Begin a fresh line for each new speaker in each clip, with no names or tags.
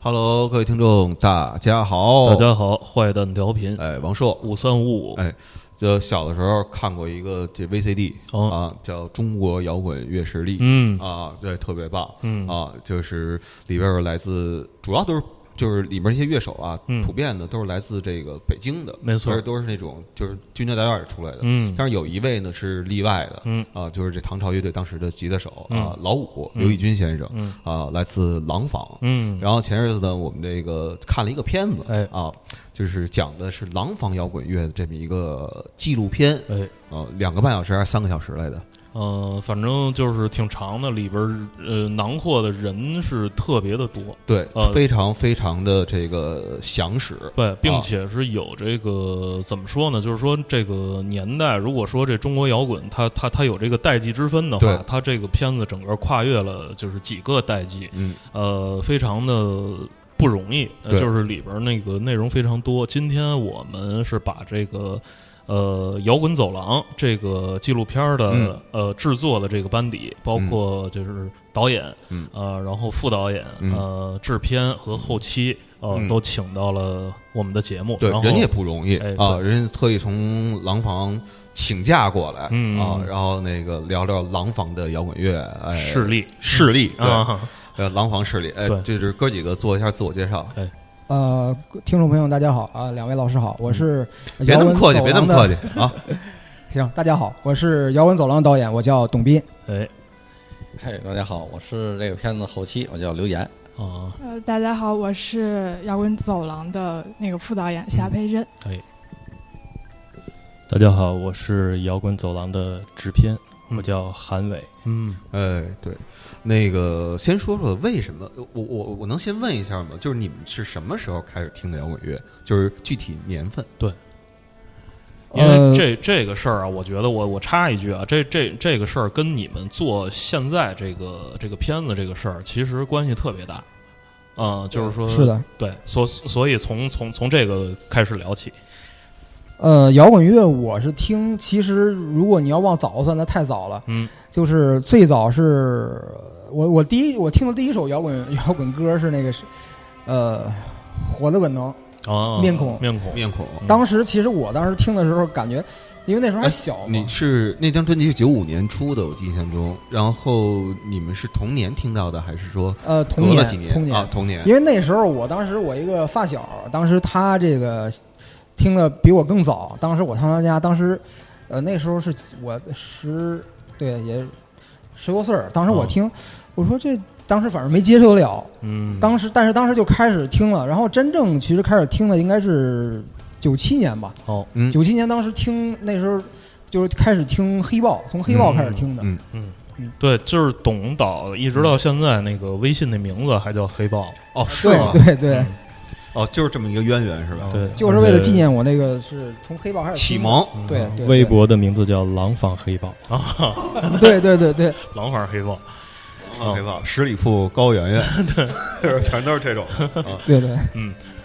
Hello，各位听众，大家好，
大家好，坏蛋调频
哦哎，王硕，
五三五五，
哎，就小的时候看过一个这 VCD、
哦
啊，叫《中国摇滚乐实力》，
嗯
啊，对，特别棒，
嗯
啊，就是里边有来自，主要都是就是里面一些乐手啊，普遍的都是来自这个北京的，
嗯没错
而都是那种就是军校大院里出来的，
嗯
但是有一位呢是例外的，
嗯
啊，就是这唐朝乐队当时的吉他手啊，老五刘义军先生，
嗯
啊，来自廊坊，
嗯
然后前日子呢，我们这个看了一个片子，
哎
啊，就是讲的是廊坊摇滚乐的这么一个纪录片，
哎，
呃，两个半小时还是三个小时来的，
嗯、反正就是挺长的，里边儿呃囊括的人是特别的多，
对，
呃
非常非常的这个详实，
对，并且是有这个怎么说呢？就是说这个年代，如果说这中国摇滚它它它有这个代际之分的
对
话，它这个片子整个跨越了就是几个代际，
嗯，
呃，非常的不容易，
对
呃就是里边儿那个内容非常多。今天我们是把这个呃摇滚走廊这个纪录片儿的、
嗯
呃制作的这个班底，包括就是导演，
嗯
呃，然后副导演，
嗯
呃，制片和后期，呃，
嗯
都请到了我们的节目。
对
然，后
人家也不容易、
哎
啊，
对
人家特意从廊坊请假过来、
嗯
啊，然后那个聊聊廊坊的摇滚乐，哎，
势力
势力，对，
啊，
呃，廊坊势力，哎，
对
就是哥几个做一下自我介绍，
呃，听众朋友，大家好啊！两位老师好，我是
嗯别
摇
那么
滚
客气，别那么客
气。
气啊，
行，大家好，我是摇滚走廊导演，我叫董斌。
哎
嘿，大家好，我是这个片子的后期，我叫刘岩。
啊，
呃，大家好，我是摇滚走廊的那个副导演夏培珍。
大家好，我是摇滚走廊的制片，
嗯
我叫韩伟。
嗯，
哎，对，那个先说说为什么我我我能先问一下吗？就是你们是什么时候开始听的摇滚乐？就是具体年份？
因为
呃
这这个事儿啊，我觉得我我插一句啊，这这这个事儿跟你们做现在这个这个片子这个事儿其实关系特别大，嗯、就是说
是，的，
对，所所以从从从这个开始聊起，
呃，摇滚乐我是听，其实如果你要往早算，那太早了。
嗯，
就是最早是我我第一我听的第一首摇滚 摇滚歌是那个是呃《火的本能》。
啊，
面孔
面孔，
面孔？
嗯
当时其实我当时听的时候感觉，因为那时候还小嘛
哎你，是那张专辑是九五年出的，我印象中。然后你们是同年听到的，还是说
呃，童
隔
年
了几
童
啊？童年
因为那时候我当时我一个发小，当时他这个听的比我更早，当时我上他家，当时呃那时候是我十对也十多岁儿，当时我
哦
嗯
听、我说这当时反正没接受得了，
嗯，
当时但是当时就开始听了，然后真正其实开始听的应该是九七年吧，
哦，
嗯
九七年当时听那时候就是开始听黑豹，从黑豹开始听的，
嗯
对，就是董导一直到现在那个微信那名字还叫黑豹，
哦是
对
吗？
对对。
嗯
哦，就是这么一个渊源
啊
是吧？
对，
就是为了纪念我那个是从黑豹开始
嗯启
听的，
蒙
嗯
对对对
微博的名字叫“廊坊黑豹
啊，
对对对对，
廊坊黑豹，
，OK 吧？十里铺高圆圆， 对，全都是这种。
对对，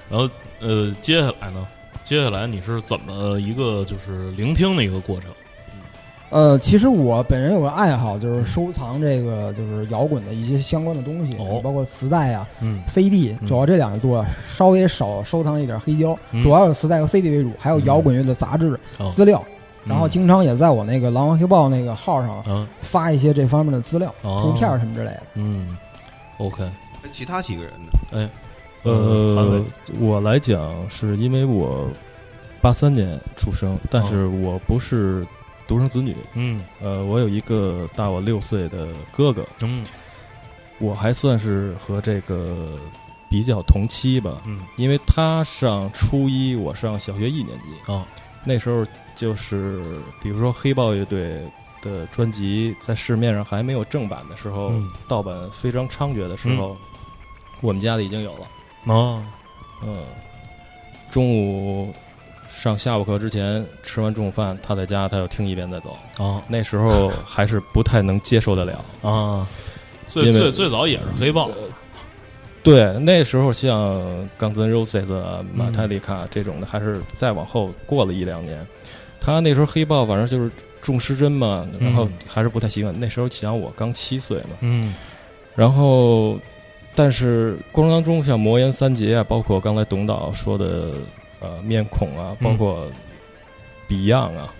然后呃，接下来呢，接下来你是怎么一个就是聆听的一个过程？
呃，其实我本人有个爱好，就是收藏这个就是摇滚的一些相关的东西，
哦
包括磁带呀、
嗯
CD，
嗯
主要这两个多，稍微少收藏一点黑胶，
嗯
主要是磁带和 CD 为主，还有摇滚乐的杂志、
哦
资料，然后
嗯
经常也在我那个狼王黑豹那个号上
啊，
发一些这方面的资料、
哦
图片什么之类的。
嗯，OK，
其他几个人呢？”。
韩伟
呃，我来讲是因为我八三年出生，但是
哦
我不是独生子女。
嗯
呃，我有一个大我六岁的哥哥，
嗯
我还算是和这个比较同期吧，
嗯
因为他上初一，我上小学一年级。
哦，
那时候就是比如说黑豹乐队的专辑在市面上还没有正版的时候，
嗯
盗版非常猖獗的时候，我们家里已经有了。
哦，
嗯，中午上下午课之前吃完中午饭，他在家他要听一遍再走。
哦
那时候还是不太能接受得了。
啊，最
因为
最最早也是黑豹，
对，那时候像钢 u 肉 s 的马泰利卡这种的，还是再往后过了一两年。他那时候黑豹反正就是重失真嘛，然后还是不太习惯。那时候想我刚七岁嘛，
嗯
然后但是过程当中，像魔岩三杰啊，包括刚才董导说的呃面孔啊，包
嗯
括 Beyond 啊，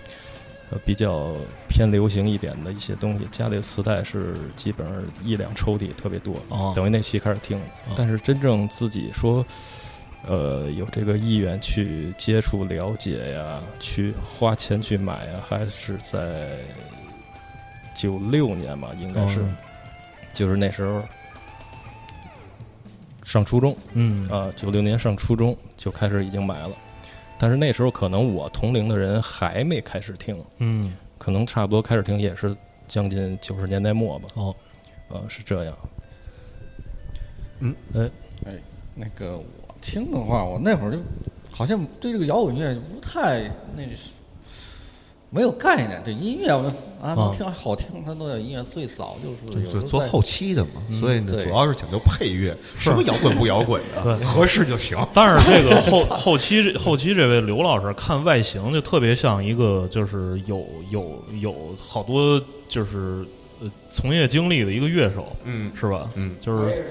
呃比较偏流行一点的一些东西，家里的磁带是基本上一两抽屉特别多，
哦
等于那期开始听了
哦。
但是真正自己说。呃，有这个意愿去接触、了解呀，去花钱去买呀，还是在九六年嘛，应该是，
哦
就是那时候上初中
嗯
啊，九六年上初中就开始已经买了，但是那时候可能我同龄的人还没开始听，
嗯
可能差不多开始听也是将近九十年代末吧。
哦，
呃，是这样。
那个我听的话，我那会儿就好像对这个摇滚乐不太那是没有概念。对音乐我啊能听好听，它都有音乐最早就是有时
就
候
是做
在
后期的嘛，所以呢，
对
主要是讲究配乐，什么摇滚不摇滚的，
对
合适就行。
但是这个后后期这后期这位刘老师看外形就特别像一个就是有有有好多就是呃从业经历的一个乐手，
嗯
是吧？
嗯，
就是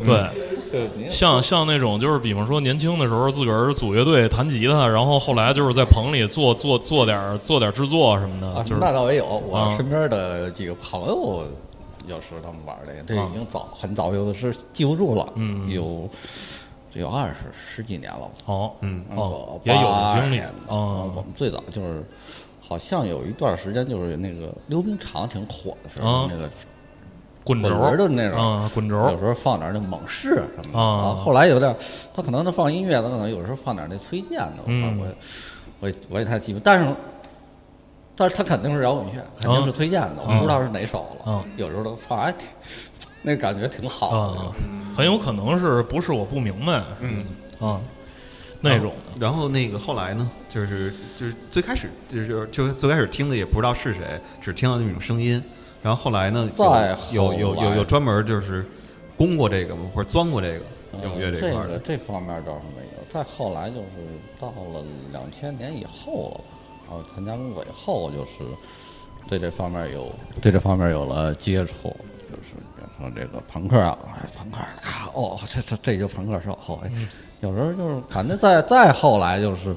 对，
对你也
像像那种就是比方说年轻的时候自个儿组乐队弹吉他，然后后来就是在棚里做做做点儿做点儿制作什么的，
啊，
就是
那倒也有。我
啊
身边的几个朋友，有时他们玩这个，这
啊
已经早很早，有的是记不住了，
嗯
有这有二十十几年了吧。
好，
嗯
哦
嗯，
也有
82
经历
年的啊
哦
我们最早就是，好像有一段时间就是那个溜冰场挺火的时
啊
候，那个
滚轴
滚轮的那种，
啊，滚
有
轴
时候放点那猛士什么的。
啊
然后后来有点，他可能他放音乐，他可能有时候放点那崔健的，
嗯
我我也我也太记不，但是。但是他肯定是摇滚乐，肯定是崔健的，我
啊
不知道是哪首了。
啊
有时候他放，哎，挺那感觉挺好的。
啊，很有可能是不是我不明白，
嗯
啊，那种的
然后那个后来呢，就是就是最开始就是就是最开始听的也不知道是谁，只听到那种声音。然后后来呢，
再
有
后
有有有
来
有专门就是攻过这个吗？或者钻过这个摇滚乐
呃
这
这
一块儿
个
的？
这方面倒是没有。再后来就是到了两千年以后了吧，然后参加工作以后，就是对这方面有对这方面有了接触，就是比如说这个朋克啊，哎，朋克，咔，哦，这这这就朋克是后，哎，
嗯
有时候就是反正再再后来就是，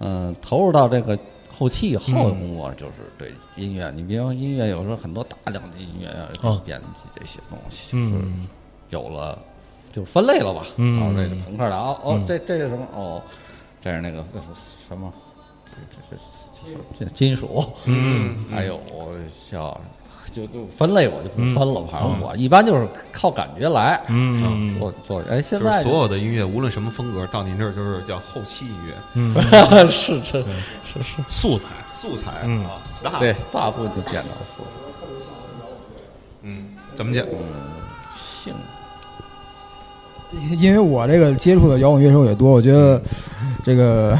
嗯、投入到这个。后期以后的
嗯
工作就是对音乐，你比如说音乐有时候很多大量的音乐
啊
要
哦
编辑这些东西，就是
嗯
有了就分类了吧。
嗯
然后这是朋克的啊，哦，
嗯
这这是什么？哦，这是那个这是什么？这这这这金属，
嗯，
还有像就就分类我就不分了，反正我一般就是靠感觉来。
嗯
做做哎，现
就是
在
所有的音乐，无论什么风格，到您这儿就是叫后期音乐
嗯，
是这
是是素材，
素材
嗯
啊，star
对大部分剪刀是
嗯，怎么讲？
性
因为我这个接触的摇滚乐手也多，我觉得这个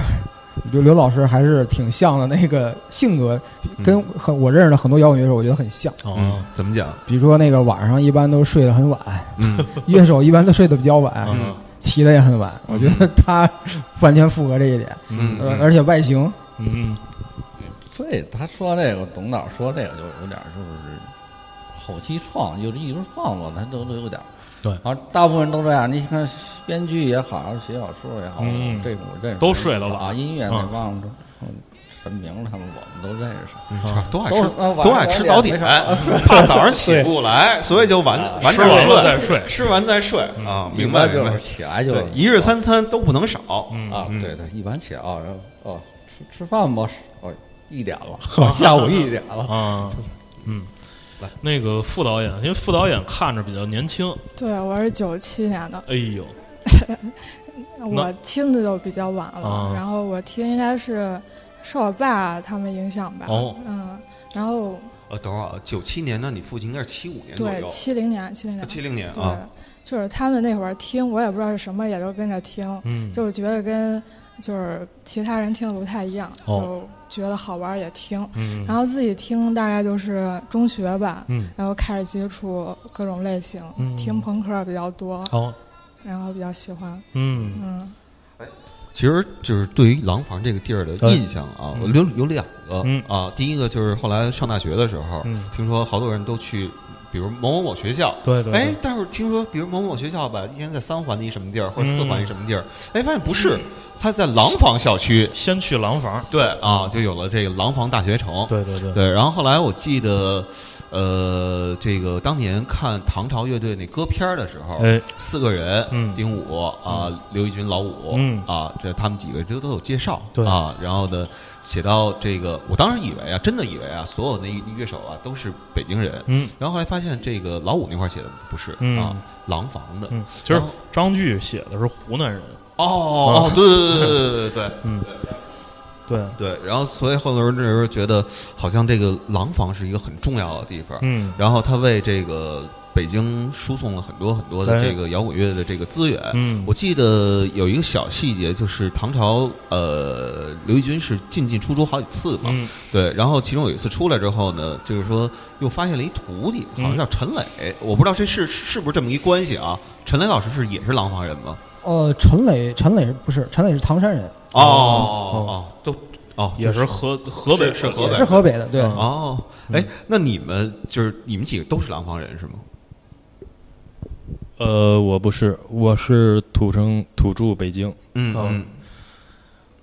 刘刘老师还是挺像的，那个性格
嗯
跟很我认识的很多摇滚乐手，我觉得很像。
嗯
哦，，
怎么讲？
比如说那个晚上一般都睡得很晚，
嗯，
乐手一般都睡得比较晚，
嗯
起得也很晚。我觉得他完全符合这一点，呃
嗯
而而且外形
嗯
所以他说这个，董导说这个就有点儿就是后期创，就是艺术创作，他都都有点儿
对
然后大部分人都这样，你看编剧也好，写小说也好，
嗯
这种我认识
都睡了吧
啊，音乐
啊
那帮着陈嗯明他们我们都认识。
啊都爱
都
吃
是啊晚上
都爱吃早点哎
两点没，
怕早上起不来，所以就晚晚
吃完
点
了再睡
吃完再睡啊，明
一般
白
就
明
是
白。
起来就
对，一日三餐都不能少。
啊，
嗯
对对，一般起来啊，然后哦，吃吃饭吧，哦，一点 了，下午一点了，
啊，嗯，那个副导演，因为副导演看着比较年轻，
对，我是九七年的，
哎呦，
我听的就比较晚了，
啊
然后我听应该是受我爸他们影响吧，
哦
嗯，然后
呃，等会儿啊，九七年呢，你父亲应该是七五年左
对
右，
七零年，七零年，
七零年
对，
啊，
就是他们那会儿听，我也不知道是什么，也就跟着听，
嗯，
就觉得跟就是其他人听的不太一样，
哦
就觉得好玩儿也听，
嗯
然后自己听大概就是中学吧，
嗯，
然后开始接触各种类型，
嗯
听朋克比较多，
好，
然后比较喜欢，
嗯
嗯
其实就是对于廊坊这个地儿的印象啊，
嗯
我有有两个
嗯
啊。第一个就是后来上大学的时候
嗯，
听说好多人都去比如某某某学校，
对对，对
哎，，但是听说，比如某某学校吧，一天在三环的一什么地儿，或者四环一什么地儿，
嗯
哎，发现不是，它在廊坊校区。
先去廊坊，
对啊，就有了这个廊坊大学城。
对对对，
对，然后后来我记得，呃，这个当年看唐朝乐队那歌片儿的时候，
哎，
四个人，
嗯
丁武啊，刘奕君、老五，
嗯
啊，这他们几个这都有介绍，
对
啊，然后呢，写到这个，我当时以为啊，真的以为啊，所有那乐手啊都是北京人，
嗯
然后后来发现这个老五那块儿写的不是、
嗯
啊，廊坊的，
嗯，其实
然后
张炬写的是湖南人，
哦哦，对对对对对对
嗯，对，
对对，然后所以后头那时候觉得好像这个廊坊是一个很重要的地方，
嗯
然后他为这个北京输送了很多很多的
对
这个摇滚乐的这个资源，
嗯，
我记得有一个小细节，就是唐朝呃，刘奕君是进进出出好几次嘛，
嗯
对，然后其中有一次出来之后呢，就是说又发现了一徒弟，好像叫陈磊，我不知道这是是不是这么一关系啊？陈磊老师是也是廊坊人吗？
呃，陈磊，陈磊不是陈磊是唐山人，
哦哦哦，都哦
也是河河北
是河北
也是河北的，对，
哦，哎，那你们就是你们几个都是廊坊人是吗？
呃，我不是，我是土生土著北京。
嗯嗯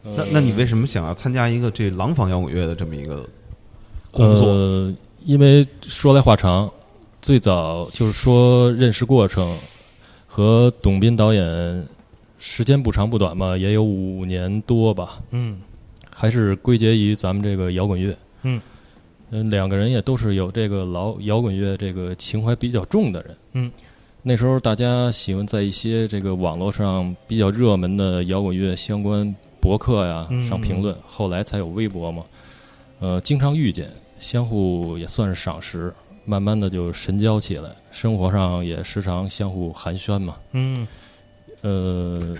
嗯，
那那你为什么想要参加一个这廊坊摇滚乐的这么一个工作？
呃，因为说来话长，最早就是说认识过程和董斌导演时间不长不短嘛，也有五年多吧，
嗯
还是归结于咱们这个摇滚乐。
嗯
嗯，两个人也都是有这个老摇滚乐这个情怀比较重的人。
嗯，
那时候大家喜欢在一些这个网络上比较热门的摇滚乐相关博客呀
嗯
上评论，后来才有微博嘛。呃，经常遇见，相互也算是赏识，慢慢的就神交起来，生活上也时常相互寒暄嘛。
嗯，
呃，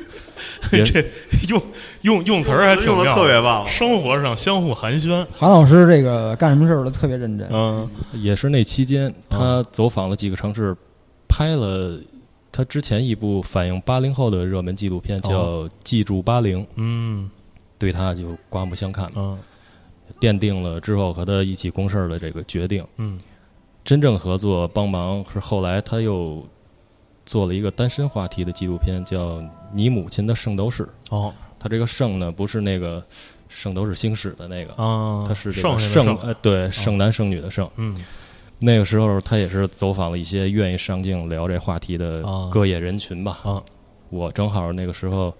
也
这 用用用词儿还挺
用的
妙
特别棒，
生活上相互寒暄，
韩老师这个干什么事儿都特别认真，
嗯
也是那期间，他走访了几个城市，拍了他之前一部反映八零后的热门纪录片，叫《记住八零》，
嗯
对他就刮目相看嘛，
嗯
奠定了之后和他一起共事的这个决定。
嗯
真正合作帮忙是后来他又做了一个单身话题的纪录片，叫《你母亲的圣斗士》。
哦
他这个圣呢，不是那个圣斗士星矢的那个，
啊，
他是这
剩
个
下的
哦圣
剩
呃对剩男剩女的圣。
嗯
那个时候，他也是走访了一些愿意上镜聊这话题的
啊
各业人群吧。
啊
我正好那个时候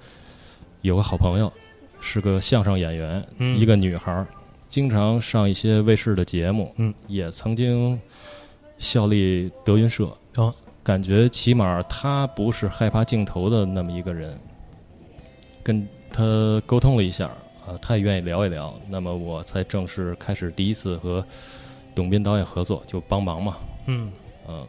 有个好朋友，是个相声演员，
嗯
一个女孩儿，经常上一些卫视的节目，
嗯，
也曾经效力德云社
啊，
感觉起码她不是害怕镜头的那么一个人。跟她沟通了一下，啊，她也愿意聊一聊，那么我才正式开始第一次和董斌导演合作，就帮忙嘛，
嗯
嗯，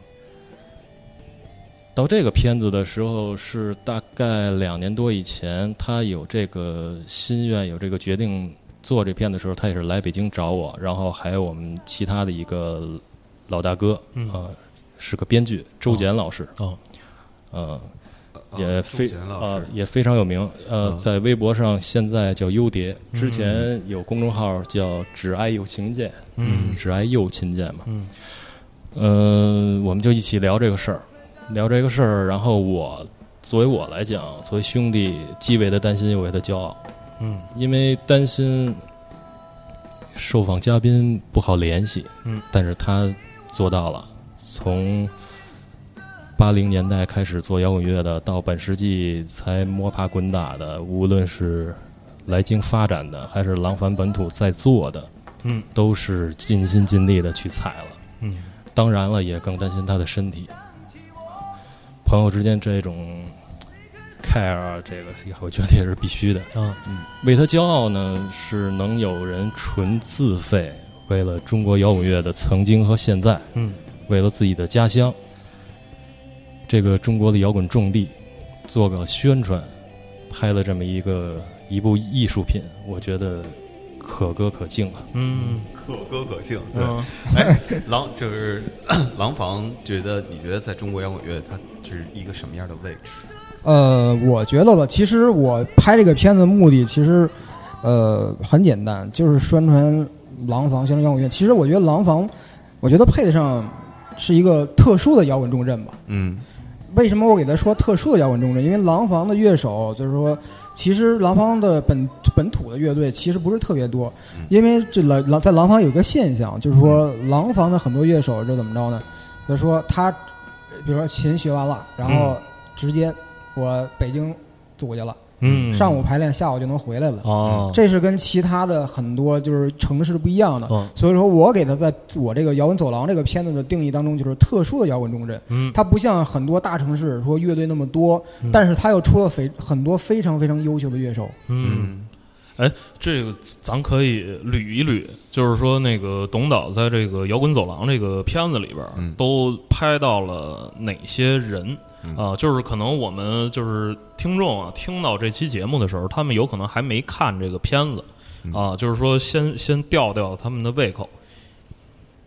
到这个片子的时候是大概两年多以前，他有这个心愿，有这个决定做这片的时候，他也是来北京找我，然后还有我们其他的一个老大哥，
嗯
呃，是个编剧周简老师，
哦
呃，也非
啊老
呃
师
也非常有名，呃，
嗯
在微博上现在叫优蝶，之前有公众号叫“只爱右琴键”，
嗯
只爱右琴键嘛，
嗯
呃，我们就一起聊这个事儿，聊这个事儿。然后我作为我来讲，作为兄弟，既为他担心，又为他骄傲，
嗯
因为担心受访嘉宾不好联系。
嗯，
但是他做到了，从。八零年代开始做摇滚乐的，到本世纪才摸爬滚打的，无论是来京发展的，还是廊坊本土在做的，
嗯
都是尽心尽力的去踩了。
嗯
当然了，也更担心他的身体。朋友之间这种 care 啊，这个我觉得也是必须的。嗯
啊
为他骄傲呢，是能有人纯自费，为了中国摇滚乐的曾经和现在，
嗯
为了自己的家乡，这个中国的摇滚重地，做个宣传，拍了这么一个一部艺术品，我觉得可歌可敬啊。
嗯
可歌可敬，对。
嗯
哎，廊就是 廊坊，觉得你觉得在中国摇滚乐它是一个什么样的位置？
呃，我觉得吧，其实我拍这个片子的目的其实，呃，很简单，就是宣传廊坊，宣传摇滚乐。其实我觉得廊坊，我觉得配得上是一个特殊的摇滚重镇吧。
嗯
为什么我给他说特殊的摇滚重镇？因为廊坊的乐手就是说，其实廊坊的本本土的乐队其实不是特别多
嗯，
因为这廊廊在廊坊有个现象，就是说廊坊的很多乐手这怎么着呢？就是说他，比如说琴学完了，然后直接我北京组去了，
嗯，
上午排练，下午就能回来了。
哦，
这是跟其他的很多就是城市不一样的，
哦
所以说我给他在我这个摇滚走廊这个片子的定义当中，就是特殊的摇滚重镇。
嗯，
它不像很多大城市说乐队那么多，但是它又出了非很多非常非常优秀的乐手。
嗯，这个咱可以捋一捋，就是说那个董导在这个《摇滚走廊》这个片子里边儿
嗯
都拍到了哪些人
嗯
啊、就是可能我们就是听众啊，听到这期节目的时候，他们有可能还没看这个片子
嗯
啊、就是说先先吊吊他们的胃口。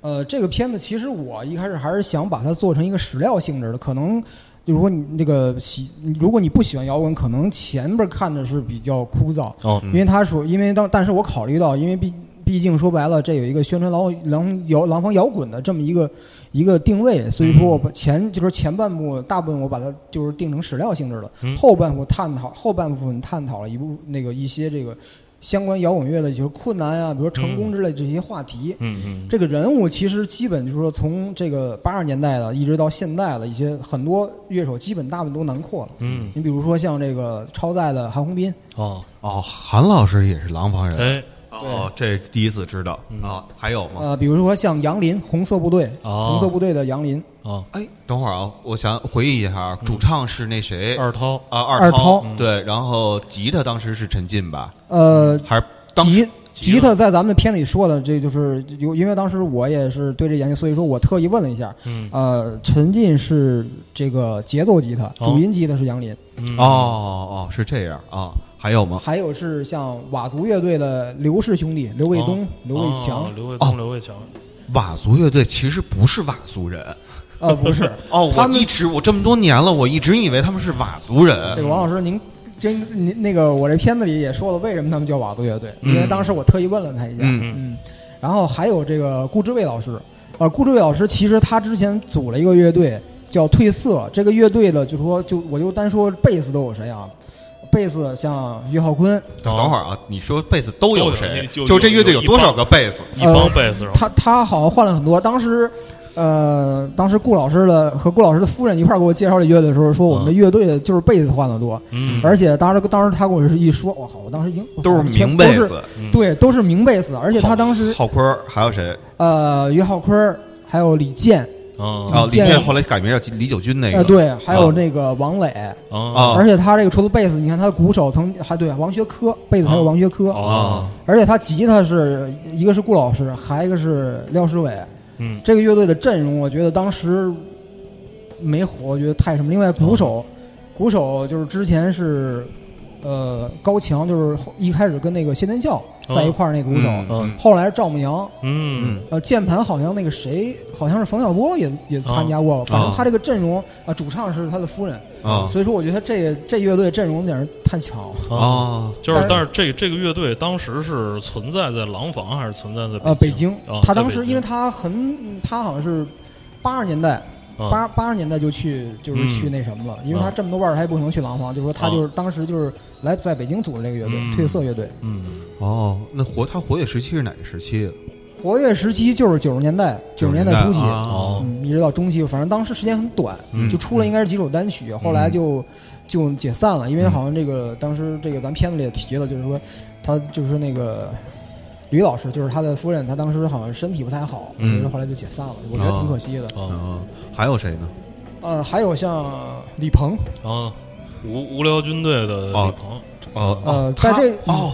呃，这个片子其实我一开始还是想把它做成一个史料性质的，可能就是说你那个喜，如果你不喜欢摇滚，可能前边看的是比较枯燥，
哦
嗯
因为它属，因为当但是我考虑到，因为毕毕竟说白了，这有一个宣传廊廊摇廊坊摇滚的这么一个一个定位，所以说
嗯
我把前就是前半部大部分我把它就是定成史料性质了，
嗯
后半部探讨后半部分探讨了一部那个一些这个相关摇滚乐的就是困难啊，比如说成功之类这些话题。
嗯嗯，
这个人物其实基本就是说，从这个八十年代的一直到现在的一些很多乐手，基本大部分都囊括了。
嗯
你比如说像这个超载的韩红斌，
哦，
哦，韩老师也是廊坊人
哎
哦，这第一次知道
嗯
啊。还有吗？
呃，比如说像杨林，红色部队，
哦
红色部队的杨林，
哦，
哎，等会儿啊，我想回忆一下啊，主唱是那谁？
二涛
啊，
嗯二
涛
涛
对，然后吉他当时是陈进吧，
嗯
呃，
还是当时
吉吉他在咱们的片里说的，这就是有，因为当时我也是对这研究，所以说我特意问了一下，
嗯
呃，陈进是这个节奏吉他，
哦
主音吉他是杨林，
嗯
哦哦哦是这样啊。还有吗？
还有是像佤族乐队的刘氏兄弟刘卫东、刘卫强
哦，刘卫
哦
东、刘卫强，
佤族乐队其实不是佤族人
呃，不是，
哦，
他
我
们
一直我这么多年了，我一直以为他们是佤族
这
人。
个王老师您。真您那个，我这片子里也说了，为什么他们叫佤族乐队？因为
嗯
当时我特意问了他一下，
嗯
嗯，然后还有这个顾之卫老师，呃，顾之卫老师其实他之前组了一个乐队叫褪色，这个乐队的就说就我就单说贝斯都有谁啊？贝斯像岳浩坤，
等等会儿啊，你说贝斯都有谁？
都有
就这乐队有多少个贝斯？
一帮贝斯手，
他他好像换了很多。当时，呃，当时顾老师的和顾老师的夫人一块儿给我介绍这乐队的时候，说我们的
嗯
乐队的就是贝斯换的多，
嗯，
而且当时当时他跟我一说，我靠，我当时已经
都是
全
名
都
贝
是
斯，
嗯
对，都是名贝斯，而且他
浩
当时
浩坤儿还有谁？
呃，岳浩坤儿还有李健，
啊
哦，李
健
健后来改名叫李九军那
呃，
个。
对，还有
啊
那个王磊，
啊
啊
而且他这个除了贝斯，你看他的鼓手曾还对王学科，贝斯还有王学科，嗯
哦，
而且他吉他是一个是顾老师，还一个是廖世伟。
嗯
这个乐队的阵容，我觉得当时没火，我觉得太什么。另外，鼓手，
哦
鼓手就是之前是呃高强，就是后一开始跟那个谢天笑在一块儿那鼓手，
哦嗯
嗯
后来赵牧阳。
嗯
呃，键盘好像那个谁，好像是冯小波也也
啊
参加过，反正他这个阵容啊、主唱是他的夫人，
啊
所以说我觉得这个这乐队阵容简直太强
啊，
了。
哦
就是，
但
但是这这个乐队当时是存在在廊坊，还是存在在
呃，北
北
京，
啊
他
在
当时
北
因为
京
他很，他好像是八十年代，
啊
八八十年代就去就是
嗯
去那什么了，因为他
啊
这么多腕儿，他也不可能去廊坊，就是说他就是当时就是来在北京组的这个乐队，
嗯
褪色乐队。
嗯
哦，那活他活跃时期是哪个时期？
活跃时期就是九十年代，九十年代初期，
哦，
嗯，一直到中期，反正当时时间很短，
嗯
就出了应该是几首单曲，后来就就解散了，因为好像这个当时这个咱片子里也提了，就是说他就是那个吕老师，就是他的夫人，她当时好像身体不太好，所
嗯
以说后来就解散了，我觉得挺可惜的。
啊
嗯，还有谁呢？
呃，还有像李鹏，
啊，无无聊军队的李
哦
鹏
哦，
呃
哦
在
他
这
哦，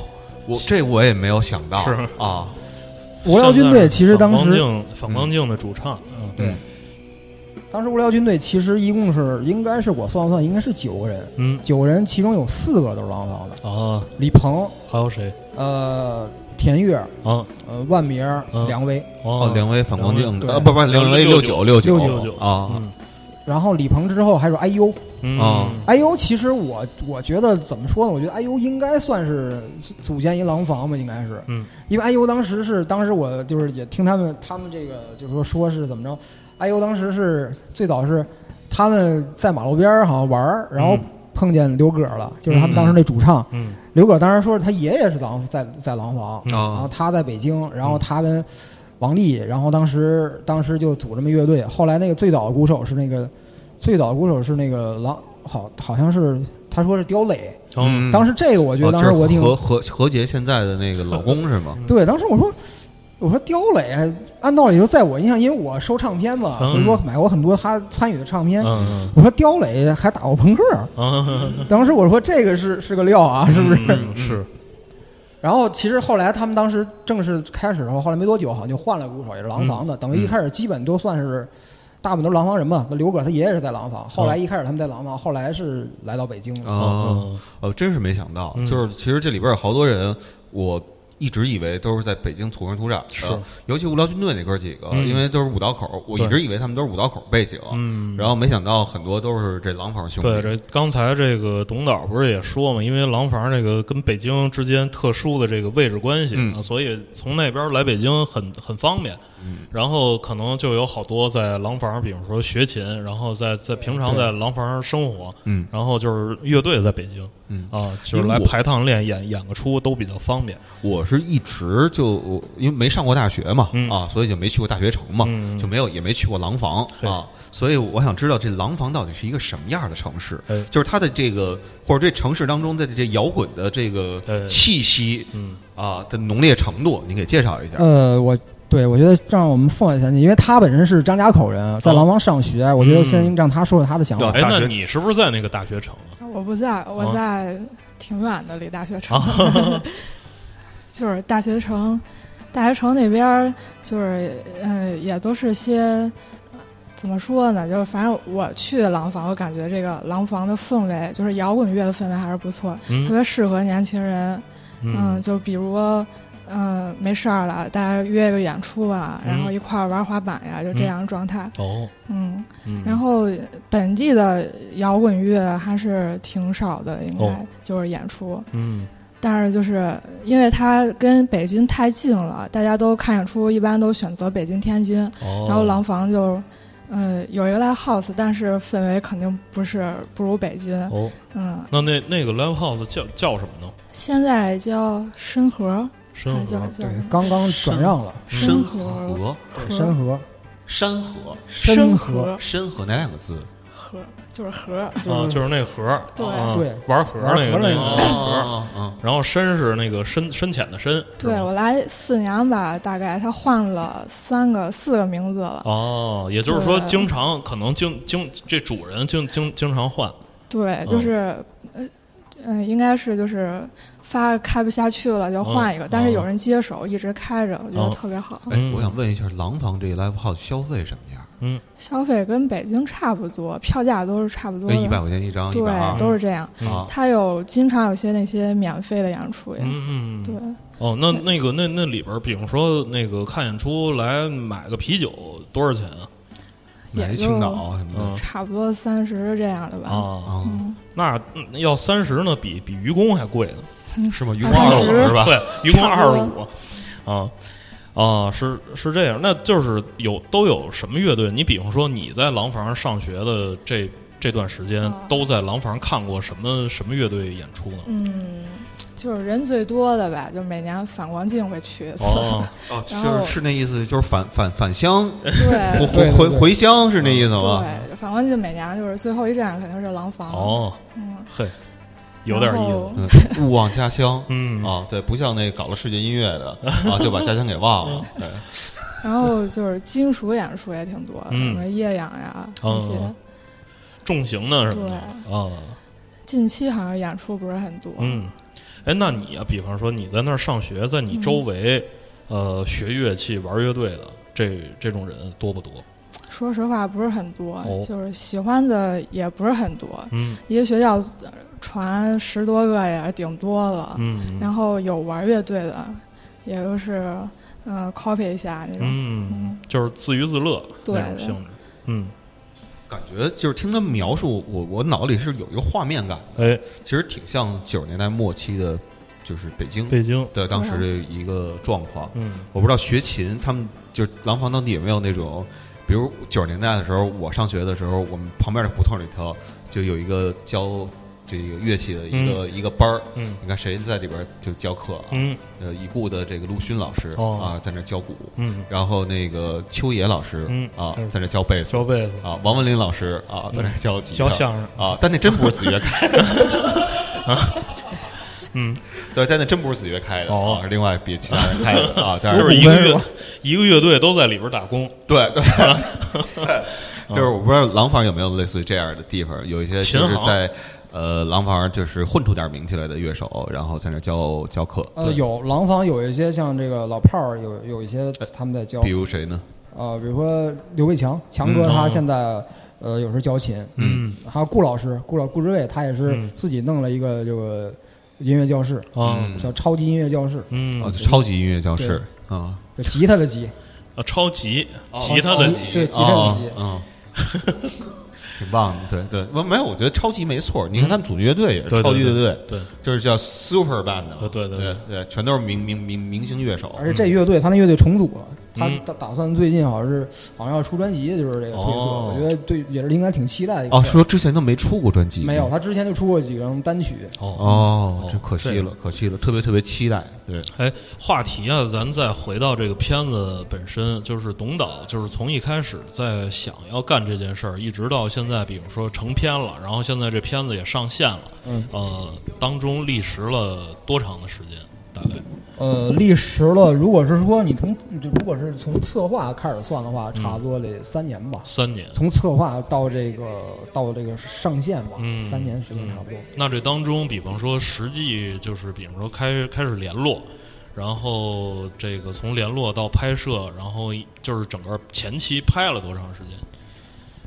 我这我也没有想到
是
啊，
无聊军队其实当
反光
时嗯
镜反光镜的主唱，啊
对，当时无聊军队其实一共是应该是我算了算，应该是九个人，
嗯
九个人其中有四个都是廊坊的，
啊，
李鹏，
还有谁
呃，田悦，
啊？
呃，万明儿、
嗯
梁威。
哦，梁威反光镜
对嗯
的，啊不不，梁威六
九
六
六九
啊，
然后李鹏之后还哎有 IU，IU
嗯
啊
哎其实我我觉得怎么说呢？我觉得 IU 应该算是组建一廊坊吧，应该是，哎
嗯，
因为 IU 当时是当时我就是也听他们他们这个就是说说是怎么着。哎呦，当时是最早是他们在马路边儿好像玩儿，然后
嗯
碰见刘葛了，就是他们当时那主唱。
嗯
刘葛当时说是他爷爷是廊在在廊
哦
坊，
嗯
然后他在北京，然后
嗯
他跟王丽，然后当时当时就组这么乐队。后来那个最早的鼓手是那个最早的鼓手是那个郎，好好像是他说是刁磊。
嗯
啊哦
当时这个我
我
觉得当时我挺
和和和杰现在的那个老公是 吗？
对，当时我说，我说刁磊，按道理说，在我印象，因为我收唱片嘛，
嗯
所以说买过很多他参与的唱片。
嗯
我说刁磊还打过朋克，啊
嗯
当时我说这个是是个料啊，是不是？
嗯是
然后其实后来他们当时正式开始的时候，后来没多久好像就换了鼓手，也是廊坊的，等于一开始基本都算是。大部分都是廊坊人嘛，那刘葛他爷爷是在廊坊，后来一开始他们在廊坊，后来是来到北京的。
啊，哦，真是没想到，
嗯
就是其实这里边有好多人，我一直以为都是在北京土生土长
是
的，尤其无聊军队那哥几个，
嗯
因为都是五道口，我
对
一直以为他们都是五道口背景，
嗯，
然后没想到很多都是这廊坊兄
对，
弟。
这刚才这个董导不是也说嘛，因为廊坊这个跟北京之间特殊的这个位置关系，
嗯
啊，所以从那边来北京很很方便。
嗯
然后可能就有好多在廊坊，比如说学琴，然后在在平常在廊坊生活，
嗯
然后就是乐队在北京
嗯，
啊，就是
因为
来
我
排趟练演演个出都比较方便。
我是一直就我因为没上过大学嘛，
嗯
啊，所以就没去过大学城嘛，
嗯
就没有也没去过廊坊
嘿
啊，所以我想知道这廊坊到底是一个什么样的城市
哎，
就是它的这个或者这城市当中的这摇滚的这个
哎
气息
嗯
啊的浓烈程度，您给介绍一下。
呃，我对我觉得让我们凤姐前进，因为他本身是张家口人，在
哦
廊坊上学，我觉得先
嗯
让他说说他的想法。
对
哎，
啊大
那
学
你是不是在那个大学城啊？
嗯我不在，我在挺远的，离大学城，
哦
就是大学城，大学城那边儿就是呃，也都是些呃怎么说呢？就是反正我去廊坊，我感觉这个廊坊的氛围，就是摇滚乐的氛围还是不错，特
嗯
别适合年轻人。嗯，就比如。嗯，没事儿了，大家约个演出啊，然后
嗯
一块儿玩滑板呀，就这样的状态。
哦，
嗯，
嗯
然后本地的摇滚乐还是挺少的，应
哦
该就是演出。
嗯
但是就是因为它跟北京太近了，大家都看演出一般都选择北京、天津，
哦，
然后廊坊就。嗯，有一个 live house，但是氛围肯定不是不如北京。
哦，
嗯，
那那那个 live house 叫叫什么呢？
现在叫深河，
深
还叫
河
叫
对，刚刚转让了
深
深
河
河、
深河，
山河、
深
深
河
河
深河哪两个字？
河就是河，
啊，
是
就是那河儿，
对
啊
对
玩河儿那个
玩河儿
那
那个
个河儿。
哦哦
然后深是那个深深浅的深，
对
是吗
我来四年吧，大概他换了三个四个名字了。
哦，也就是说，
对
经常可能经经这主人经经经常换，
对，就是，呃，嗯，应该是就是发开不下去了，就换一个。
嗯
但是有人接手，一直开着，我觉
哦
得特别好。
哎
嗯，
我想问一下，廊坊这个 live house 消费什么样？
消费跟北京差不多，票价都是差不多
那哎一百
的，
块钱一张，一百
对，
二
都是这样。
啊。
它有经常有些那些免费的演出呀，
哦嗯嗯，
对，
哦，那那个那那里边儿，比如说那个看演出来买个啤酒多少钱啊？
买
也
一青
就
岛什么
嗯
的
差不多三十这样的吧。
啊，
啊，
嗯，
那嗯要三十呢，比比愚公还贵呢，
是吗？
愚公
二
二
十
十
五
五
是吧？对，愚公二
差
十
不
五，啊啊，是是这样。那就是有都有什么乐队？你比方说你在廊坊上学的这这段时间
啊，
都在廊坊看过什么什么乐队演出呢？
嗯，就是人最多的吧，就每年反光镜会去一次。
哦，
哦，
然
就
后
是是那意思，就是返返返乡，回
对
回
哎对
回
对
回乡是那意思吗？
对，反光镜每年就是最后一站肯定是廊坊。
哦，
嗯，
嘿，有点意思。
思。
嗯勿忘家乡
嗯
啊，对，不像那搞了世界音乐的啊，就把家乡给忘
嗯
了。对，
然后就是金属演出也挺多的，
嗯
什么夜仰呀
嗯
啊那些。
嗯重型的什么的啊，
近期好像演出不是很多，
嗯，哎，那你啊，比方说你在那儿上学，在你
嗯
周围，呃，学乐器、玩乐队的这这种人多不多？
说实话不是很多，
哦
就是喜欢的也不是很多。
嗯
一个学校呃传十多个也顶多了，
嗯，
然后有玩乐队的，也就是嗯、呃 copy 一下那种。
嗯
嗯，
就是自娱自乐
对
那种性质。嗯，
感觉就是听他们描述，我我脑里是有一个画面感，
哎，
其实挺像九十年代末期的，就是北京
北京，
的当
嗯
时的一个状况。
嗯，
我不知道学琴他们就是廊坊当地有没有那种。比如九十年代的时候，我上学的时候，我们旁边的胡同里头就有一个教这个乐器的一个、一个班儿。
嗯
你看谁在里边就教课啊？
嗯
呃，已故的这个陆勋老师、
哦
啊，在那教鼓，
嗯，
然后那个秋野老师、
嗯
啊
嗯，
在那教贝斯
小贝子
啊，王文林老师啊，在那教吉他、
教相声，
啊，但那真不是子曰开的， 啊
嗯，
对，但那真不是子曰开的、
哦
啊，是另外别其他人开 的啊，但
是
是
不是一个乐一个乐队都在里边打工？
对对， 就是我不知道廊坊有没有类似于这样的地方，有一些
琴
就是
行
在呃廊坊就是混出点名气来的乐手，然后在那教教课。
呃，有廊坊有一些像这个老炮儿，有有一些他们在教
比，如谁呢？
呃，比如说刘伟强，强哥
嗯
他
哦
现在呃有时候教琴，
嗯
还有顾老师，顾老顾之卫他也是
嗯
自己弄了一个这个音乐教室，
啊
嗯
叫超级音乐教室，
嗯
啊，超级音乐教室啊，
就吉他的吉，
啊，超级
哦
吉他的
级
吉哦
对吉他的吉
啊嗯。挺棒的，对对，没没有，我觉得超级没错。你看他们组乐队也
嗯对
是
对
超级乐队，
对，
就是叫 Super Band 的嘛，
对对对
啊对对，全都是明明明明星乐手，
而且这乐队他那乐队重组了。他
嗯
打打算最近好像是好像要出专辑，就是这个推测，
哦
我觉得对也是应该挺期待的一个
哦，
事儿
是说之前都没出过专辑，
没有，
嗯
他之前就出过几张单曲，
哦，这可
这
惜
个
了，可惜了，特别特别期待。对，
哎，话题啊，咱再回到这个片子本身，就是董导，就是从一开始在想要干这件事儿，一直到现在，比如说成片了，然后现在这片子也上线了，
嗯，
呃，当中历时了多长的时间？大概
呃，历时了。如果是说你从，就如果是从策划开始算的话，差不多得三年吧。
三年。
从策划到这个到这个上线吧，
嗯
三年时间差不多。
那这当中，比方说实际就是，比方说开开始联络，然后这个从联络到拍摄，然后就是整个前期拍了多长时间？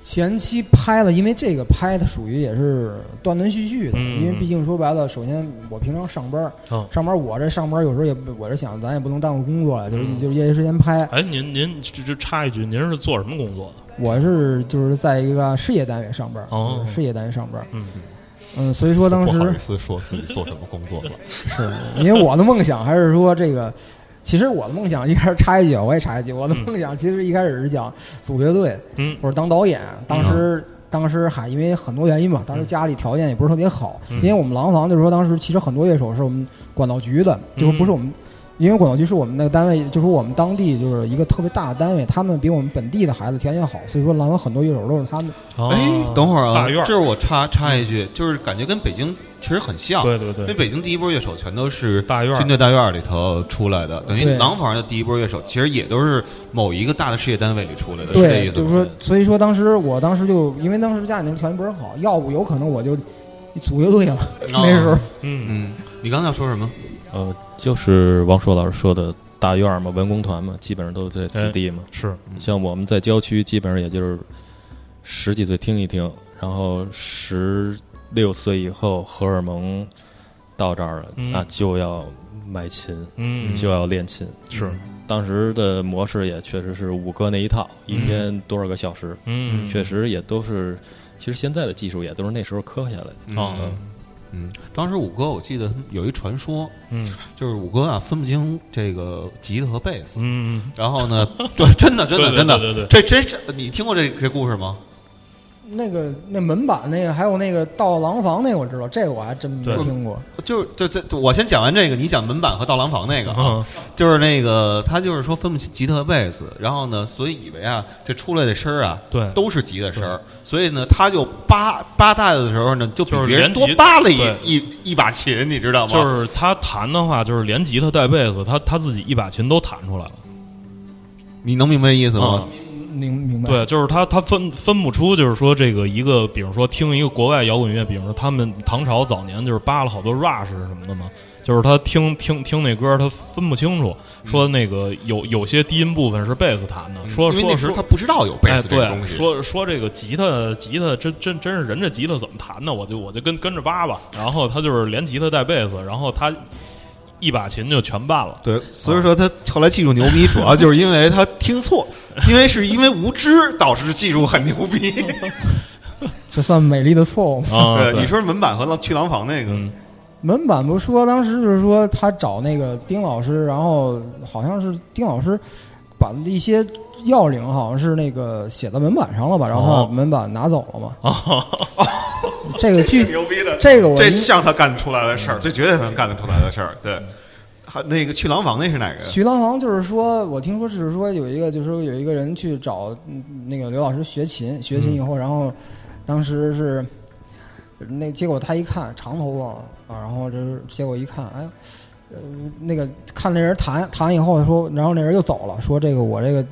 前期拍了，因为这个拍的属于也是断断续续的，
嗯
因为毕竟说白了，首先我平常上班，
嗯
上班我这上班有时候也不我这想，咱也不能耽误工作呀，就是、
嗯
就是业余时间拍。
哎，您您这这插一句，您是做什么工作的？
我是就是在一个事业单位上班，
哦
就是事业单位上班，
嗯，
嗯，所以说当时
不好意思说自己做什么工作了。
是 因为我的梦想还是说这个，其实我的梦想一开始插一句，我也插一句，我的梦想其实一开始是想组乐队
嗯
或者当导演。当时
嗯
当时还因为很多原因嘛，当时家里条件也不是特别好，
嗯
因为我们廊坊就是说当时其实很多乐手是我们管道局的，就是
嗯
不是我们。因为管道局是我们那个单位，就是我们当地就是一个特别大的单位，他们比我们本地的孩子条件好，所以说廊坊很多乐手都是他们。
哎，等会儿啊，
大院儿
这是我插插一句，就是感觉跟北京其实很像。
哦对对
因为
对，
北京第一波乐手全都是
大院儿
军队大院儿里头出来的，等于
对
廊坊的第一波乐手其实也都是某一个大的事业单位里出来的，是这
对，
意思
就是
吗
说？，所以说当时我当时就因为当时家里那条件不是很好，要不有可能我就组乐队了。那时候
哦，
嗯
嗯，你刚才要说什么？
呃，就是王朔老师说的大院儿嘛，文工团嘛，基本上都在此地嘛。
是
像我们在郊区，基本上也就是十几岁听一听，然后十六岁以后荷尔蒙到这儿了，
嗯
那就要买琴，
嗯
就要练琴。
是
当时的模式也确实是五哥那一套，一天多少个小时，
嗯
确实也都是。其实现在的技术也都是那时候磕下来的。
啊
嗯，当时五哥我记得有一传说，
嗯
就是五哥啊分不清这个吉他和贝斯，
嗯
然后呢，对，真的真的
对对
真的，
对对对
这这这，你听过这这故事吗？
那个那门板那个，还有那个到廊坊那个我知道，这个我还真没
对
听过。
就是就这，我先讲完这个，你讲门板和道廊房那个啊，
嗯
就是那个他就是说分不清吉他和贝斯，然后呢，所以以为啊这出来的声儿啊，
对
都是吉他声儿，所以呢，他就扒扒带子的时候呢，就比
就是
别人
连
多
吉
扒了一
对
一一把琴，你知道吗？
嗯就是他弹的话，就是连吉他带贝斯，他他自己一把琴都弹出来了。啊
你能明白意思吗？
嗯
明明白。
对，就是他他分分不出，就是说这个一个，比如说听一个国外摇滚乐，比如说他们唐朝早年就是扒了好多 Rush 什么的嘛，就是他听听听那歌，他分不清楚，说那个有有些低音部分是贝斯弹的，说
嗯因为那
说
时候他
说
不知道有贝
哎，
斯这个
对，
东西，
说说这个吉他，吉他真真真是人这吉他怎么弹呢？我就我就跟跟着扒吧，然后他就是连吉他带贝斯，然后他一把琴就全办 了。
对，所以说他后来技术牛逼，主要就是因为他听错， 因为是因为无知导致技术很牛逼。
这算美丽的错误吗。
啊，
对，你说门板和去廊坊那个，
嗯
门板不说，当时就是说他找那个丁老师，然后好像是丁老师。把一些要领好像是那个写在门板上了吧，然后他
哦
把门板拿走了嘛。这个具
牛逼的，
这个我
这
应
像他干得出来的事儿，这绝对能干得出来的事儿。对，还那个去廊坊那是哪个？
徐郎房就是说，我听说是说有一个，就是说有一个人去找嗯那个刘老师学琴，学琴以后，然后当时是那结果他一看长头发啊，然后就是结果一看，哎，呃，那个看那人弹弹以后说，然后那人又走了，说这个我这个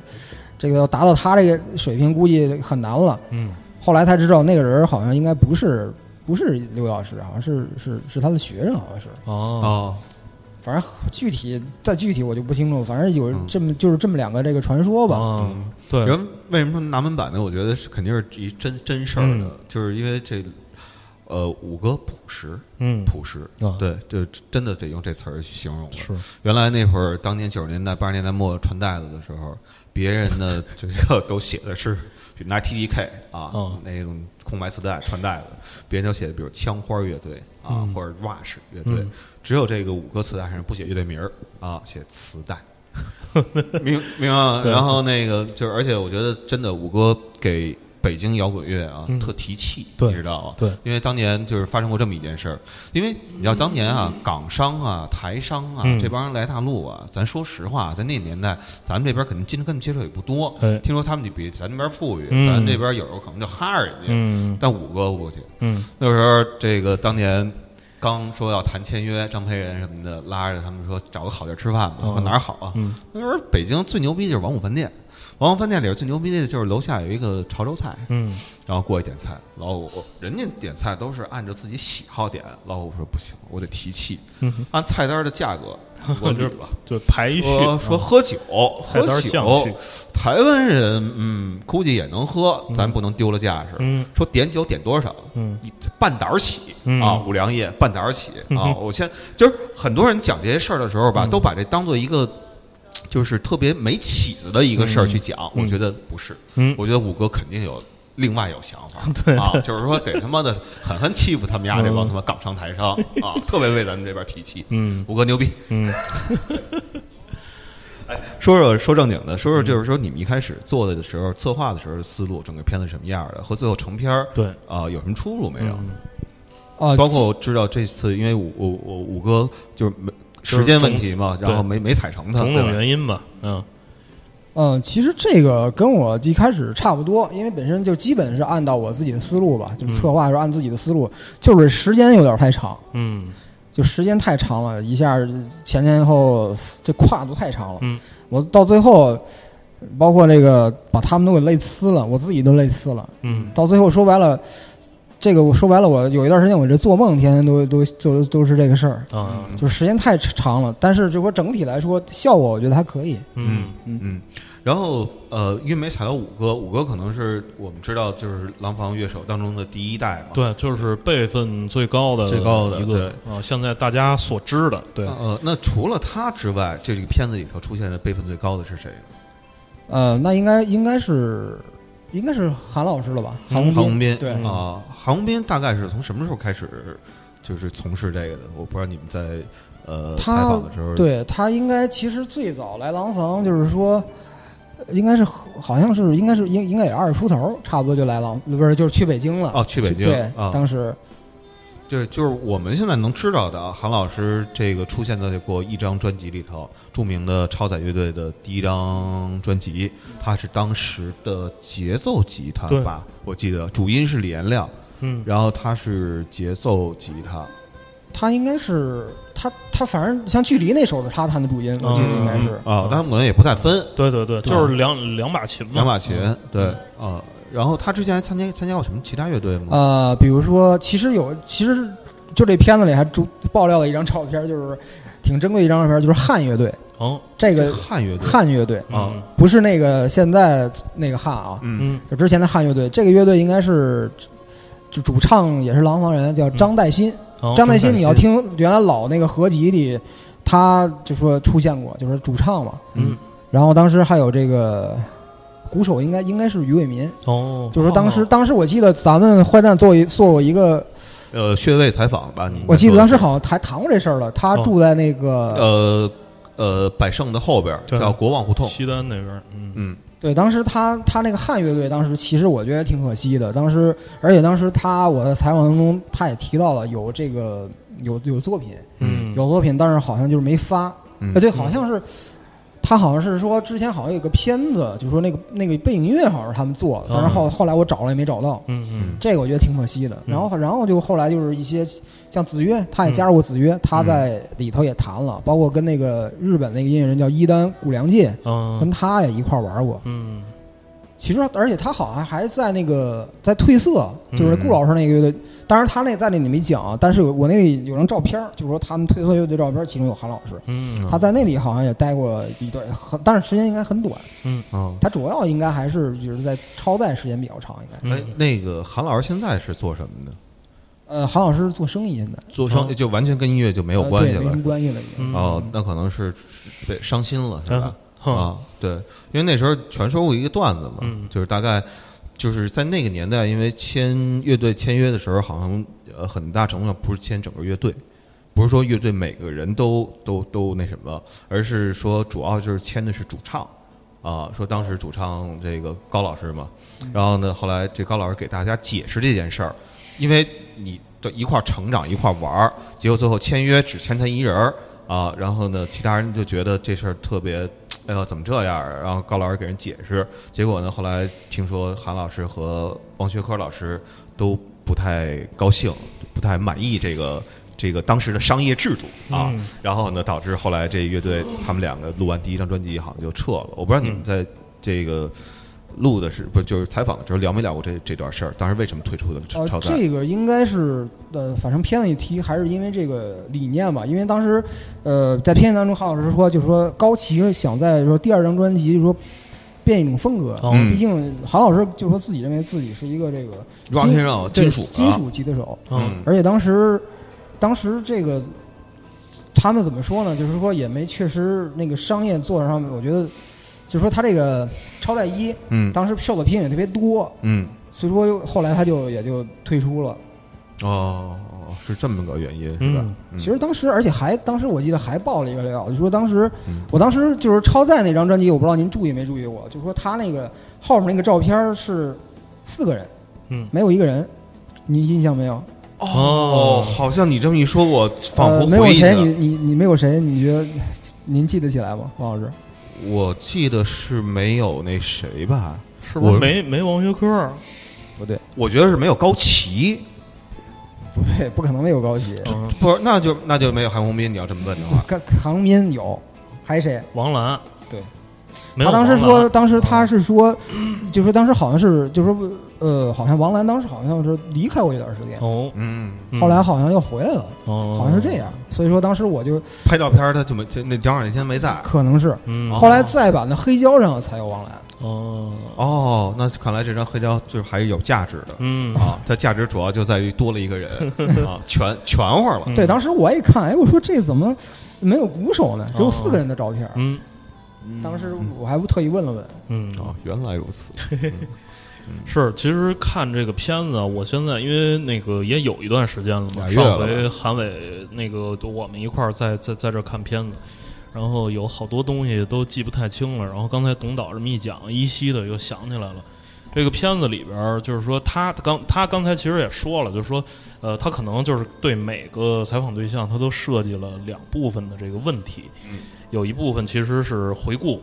这个要达到他这个水平估计很难了。
嗯，
后来才知道那个人好像应该不是不是刘老师，好像是是是他的学生，好像是。
哦，
哦，
反正具体再具体我就不清楚了，反正有
嗯
这么、就是这么两个这个传说吧。
嗯，对，
人为什么说拿门板呢？我觉得是肯定是一真真事儿的，
嗯
就是因为这，呃，五哥朴实，
嗯，
朴实，
啊，
对，就真的得用这词儿去形容了。
是，
原来那会儿，当年九十年代、八十年代末传袋子的时候，别人 的这个都写的是，比如拿 T D K 啊，
嗯
那种空白磁带传袋子，别人都写的，比如枪花乐队啊，
嗯
或者 Rush 乐队，
嗯
只有这个五个磁带上不写乐队名儿啊，写磁 带。明明白吗？
对
然后那个就是，而且我觉得真的，五哥给北京摇滚乐啊、
嗯
特提气，
对
你知道吗？
对，
因为当年就是发生过这么一件事儿，因为你知道当年啊，港商啊、台商啊、
嗯
这帮人来大陆啊，咱说实话，在那年代，咱们这边可能经跟他们接触也不多，
哎
听说他们就比咱那边富裕，
嗯
咱这边有时候可能就哈着人家，
嗯
但五哥过去，
嗯
那时候这个当年刚说要谈签约，张培仁什么的拉着他们说找个好地儿吃饭吧，
嗯
说哪儿好啊？
嗯
那时候北京最牛逼就是王府饭店，王府饭店里边最牛逼的就是楼下有一个潮州菜，
嗯，
然后过去点菜，老五人家点菜都是按照自己喜好点，老五说不行，我得提气，
嗯
按菜单的价格我捋吧。
就排序
说说
啊
喝酒，
菜
喝
单降
酒
序，
台湾人嗯，估计也能喝，咱
嗯
不能丢了架势。
嗯
说点酒点多少？
嗯
一半打儿起、
嗯
啊，五粮液半打儿起啊！
嗯
我先就是很多人讲这些事儿的时候吧，都把这当做一个就是特别没起子的一个事儿去讲。
嗯
我觉得不是，
嗯
我觉得五哥肯定有另外有想 法，对啊，就是说得他妈的狠狠欺负他们家这帮
嗯
他妈港商台 商啊，特别为咱们这边提气。
嗯
五哥牛逼！ 哎
嗯
说说说正经的，说说就是说你们一开始做的时候，策划的时候的思路，整个片子什么样的，和最后成片儿
对，
啊、有什么出入没有？
嗯
啊，
包括我知道这次，因为我我我五哥就是没时间问题嘛，
就是种
然后没没踩成他，
种种
对吧
原因吧，嗯
嗯，其实这个跟我一开始差不多，因为本身就基本是按照我自己的思路吧，
嗯
就是策划是按自己的思路，就是时间有点太长，
嗯
就时间太长了，一下前前后后这跨度太长了。
嗯，
我到最后，包括这个把他们都给累呲了，我自己都累呲了。
嗯
到最后说白了，这个我说白了，我有一段时间我这做梦，天天都都都都是这个事儿，
嗯
啊
就是时间太长了。但是就说整体来说，效果我觉得还可以。
嗯
嗯，然后呃，因为没踩到五哥，五哥可能是我们知道就是廊坊乐手当中的第一代嘛，
对，就是辈分最高的
最高的
一个啊，现在大家所知的，对，
呃，那除了他之外，这个片子里头出现的辈分最高的是谁？
呃，那应该应该是应该是韩老师了吧？韩
韩
红
红斌，
对，
啊、韩红斌大概是从什么时候开始就是从事这个的？我不知道你们在呃采
他
访的时候，
对他应该其实最早来廊坊就是说，呃应该是和好像是应该是应应该也二十出头，差不多就来廊，不是就是去北京了。
哦，去北京
对，
啊，
当时
对，就是我们现在能知道的啊，韩老师这个出现在过一张专辑里头，著名的超载乐队的第一张专辑，他是当时的节奏吉他
对
吧？我记得主音是李延亮，
嗯
然后他是节奏吉他，
他应该是他他反正像距离那首是他弹的主音，我记得应该是。嗯
啊，但我们也不太分
对对对，
对
就是两两把琴嘛，
两把琴，对
嗯
啊。然后他之前还参加参加过什么其他乐队吗？
呃，比如说，其实有，其实就这片子里还注爆料了一张照片，就是挺珍贵的一张照片，就是汉乐队
哦，
这个
汉乐队
汉乐队，
嗯
不是那个现在那个汉啊，
啊嗯
嗯
就之前的汉乐队，这个乐队应该是就主唱也是廊坊人，叫张代新。
哦
张代新，你要听原来老那个合集里，他就说出现过，就是主唱嘛。
嗯
然后当时还有这个鼓手应该应该是于伟民，
哦，
就是当时当时我记得咱们坏蛋做一做过一个，
呃，穴位采访吧，你
我记得当时好像还谈过这事儿了。他住在那个
呃呃百盛的后边儿
对
叫国望胡同，
西单那边儿，嗯，
嗯，
对，当时他他那个汉乐队，当时其实我觉得挺可惜的。当时，而且当时他我在采访当中，他也提到了有这个有有作品，
嗯
有作品，但是好像就是没发。
嗯
哎，对，好像是他好像是说之前好像有个片子，就说那个那个背景音乐好像是他们做的，但是后后来我找了也没找到。
嗯嗯
这个我觉得挺可惜的。
嗯
然后，然后就后来就是一些像子曰，他也加入过子曰，
嗯
他在里头也弹了，包括跟那个日本那个音乐人叫伊丹谷良介，跟
嗯
他也一块儿玩过。
嗯
其实，而且他好像还在那个在褪色，就是
嗯
顾老师那个乐队。当然，他那在那里没讲，但是有我那里有张照片儿，就是说他们褪色乐队照片儿，其中有韩老师。
嗯，
他在那里好像也待过一段很，但是时间应该很短。
哦，
他主要应该还是就是在超载时间比较长，应该。
嗯
哎，那个韩老师现在是做什么的？
呃，韩老师做生意现在
做生
嗯
就完全跟音乐就没有
呃
关
对
系
没什
了
么。关系了已
嗯
经。
哦，那可能是被伤心了，是吧？
哼
啊，对，因为那时候传说过一个段子嘛，
嗯
就是大概就是在那个年代，因为签乐队签约的时候，好像呃很大程度上不是签整个乐队，不是说乐队每个人都都都那什么，而是说主要就是签的是主唱。啊，说当时主唱这个高老师嘛，
嗯
然后呢，后来这高老师给大家解释这件事儿，因为你这一块儿成长一块儿玩儿，结果最后签约只签他一人儿啊，然后呢，其他人就觉得这事儿特别，哎呦怎么这样儿？然后高老师给人解释，结果呢，后来听说韩老师和王学科老师都不太高兴，不太满意这个。这个当时的商业制度啊，
嗯
然后呢，导致后来这乐队他们两个录完第一张专辑好像就撤了。我不知道你们在这个录的是不是就是采访的时候聊没聊过这这段事儿？当时为什么退出的超
呃，
超载？
这个应该是呃，反正片子一提还是因为这个理念吧，因为当时呃，在片子当中，韩老师说就是说高旗想在说第二张专辑就是说变一种风格，
哦
嗯
毕竟韩老师就说自己认为自己是一个这个
rock
金
and roll 金
对
属
金
啊
属吉他手，
嗯
而且当时当时这个他们怎么说呢？就是说也没确实那个商业做上，我觉得就是说他这个超载一
嗯
当时受的批评也特别多，
嗯
所以说后来他就也就退出了。
哦，是这么个原因是吧？嗯
其实当时，而且还当时我记得还爆了一个料，就说当时、
嗯
我当时就是超载那张专辑，我不知道您注意没注意过，就说他那个后面那个照片是四个人，
嗯
没有一个人，你印象没有？
哦，好像你这么一说，我仿
呃
佛
没有
回忆起
谁，
来
你
了。
你你没有谁，你觉得您记得起来吗，王老师？
我记得是没有那谁吧？
是不
我
是没没王学科啊？
不对，
我觉得是没有高旗，
不对，不可能没有高旗，
嗯
不是，那就那就没有韩红斌。你要这么问的话，
跟韩荣斌有，还谁？
王兰，
对，
没有
他当时
王嗯
说，
澜
当时他是说，就说当时好像是，就说呃，好像王兰当时好像是离开过一段时间，
哦，
嗯，
嗯
后来好像又回来了，
哦，
好像是这样。所以说当时我就
拍照片他就没，就那张海先没在。
可能是
嗯，
哦
后来再版的黑胶上才有王兰，
哦，
哦，那看来这张黑胶就是还是有价值的
嗯，
啊，它价值主要就在于多了一个人啊，全全乎了。
嗯
对，当时我也看，哎，我说这怎么没有鼓手呢？只有四个人的照片。
哦嗯
当时我还不特意问了问，
嗯，
哦，原来如此。嗯
是，其实看这个片子啊，我现在因为那个也有一段时间了嘛，
俩月
上
了
回韩伟那个我们一块儿在在在这儿看片子，然后有好多东西都记不太清了。然后刚才董导这么一讲，依稀的又想起来了。这个片子里边儿，就是说他刚他刚才其实也说了，就是说，呃，他可能就是对每个采访对象，他都设计了两部分的这个问题，有一部分其实是回顾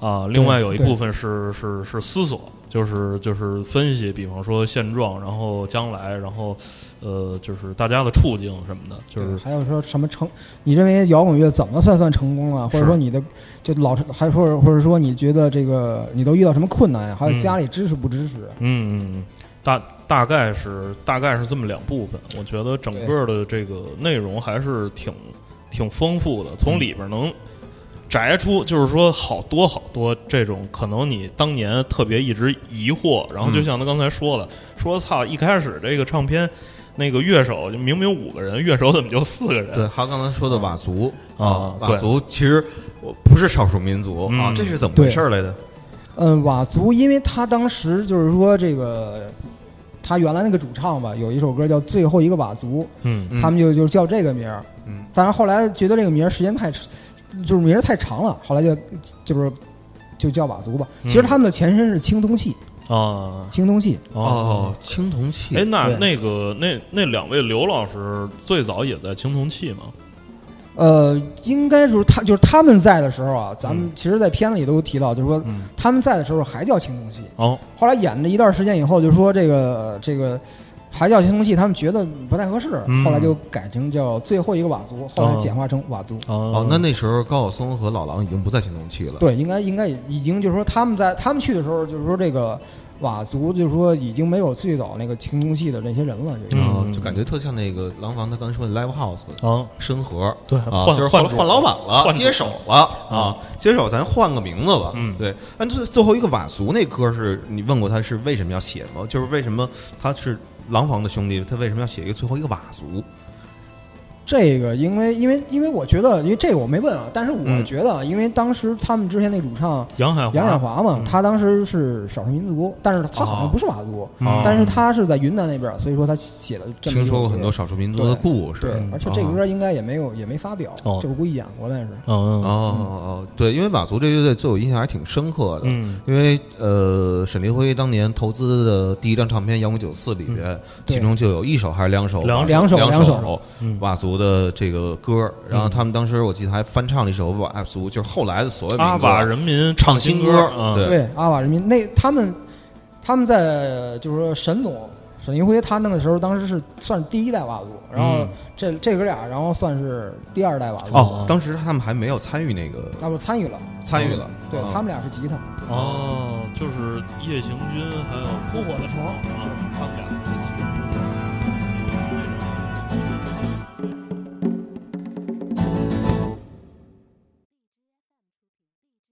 啊，另外有一
对
部分是是是思索，就是就是分析，比方说现状，然后将来，然后呃，就是大家的处境什么的，就是
还有说什么成？你认为摇滚乐怎么算算成功了？或者说你的就老还或者或者说你觉得这个你都遇到什么困难呀？还有
嗯
家里支持不支持？啊
嗯嗯嗯，大大概是大概是这么两部分。我觉得整个的这个内容还是挺挺丰富的，从里边能摘出，就是说好多好多这种可能你当年特别一直疑惑，然后
嗯
就像他刚才说了，说操，一开始这个唱片。那个乐手就明明五个人，乐手怎么就四个人？
对，还有刚才说的佤族
啊
佤
对
族其实我不是少数民族啊
嗯，
这是怎么回事儿来的？
嗯，佤族，因为他当时就是说这个，他原来那个主唱吧，有一首歌叫《最后一个佤族
嗯》，
嗯
他们就就叫这个名儿。
嗯，
但是后来觉得这个名儿时间太长，就是名儿太长了，后来就就是就叫佤族吧。
嗯
其实他们的前身是青铜器，
啊
青铜器，
哦，青铜器
哎，，那
对
那个那那两位刘老师最早也在青铜器嘛？
呃，应该是他就是他们在的时候啊，咱们其实，在片子里都提到，就是说
嗯，
他们在的时候还叫青铜器，
哦，
后来演了一段时间以后，就说这个这个还叫青铜器，他们觉得不太合适，
嗯
后来就改成叫最后一个佤族，后来简化成佤族。
哦
哦，那那时候高晓松和老狼已经不在青铜器了，
对，应该应该已经就是说他们在他们去的时候，就是说这个佤族就是说已经没有最早那个青铜器的那些人了，就已经
然后
嗯
啊就感觉特像那个廊坊他刚才说的 live house
啊，
深河，
对，
啊，
换
就是
换
换换老板了，
换
接手了啊，接手咱换个名字吧。
嗯
对。但最最后一个佤族那歌是你问过他是为什么要写吗？就是为什么他是廊坊的兄弟，他为什么要写一个最后一个佤族？
这个，因为因为因为我觉得，因为这个我没问啊，但是我
嗯
觉得啊，因为当时他们之前那主唱
杨海华
杨海华嘛
嗯，
他当时是少数民族，但是他好
哦
像不是佤族，
嗯
但是他是在云南那边，所以说他写的这么一
听
首
说过
歌
很多哦少数民族的故
对
事。，嗯
而且这歌应该也没有也没发表，
哦
就是故意演过，但是
哦
嗯
哦哦，对，因为佤族这乐队对我印象还挺深刻的。
嗯
因为呃，沈黎辉当年投资的第一张唱片《摇滚九四》里边，
对
其中就有一首还是两首，
嗯两
两首
两
两首
嗯
佤族的这个歌儿，然后他们当时我记得还翻唱了一首佤族，就是后来的所谓民
阿
歌
瓦人民
唱
新
新歌
啊，
对
对阿瓦人民那他们他们在就是说沈总沈一辉他弄的时候，当时是算是第一代佤族，然后
嗯
这这哥俩然后算是第二代佤族，
哦，当时他们还没有参与那个
啊不参与了，
参与了，
对
啊
他们俩是吉他。
嗯哦，就是夜行军还有扑火的床啊，他们俩。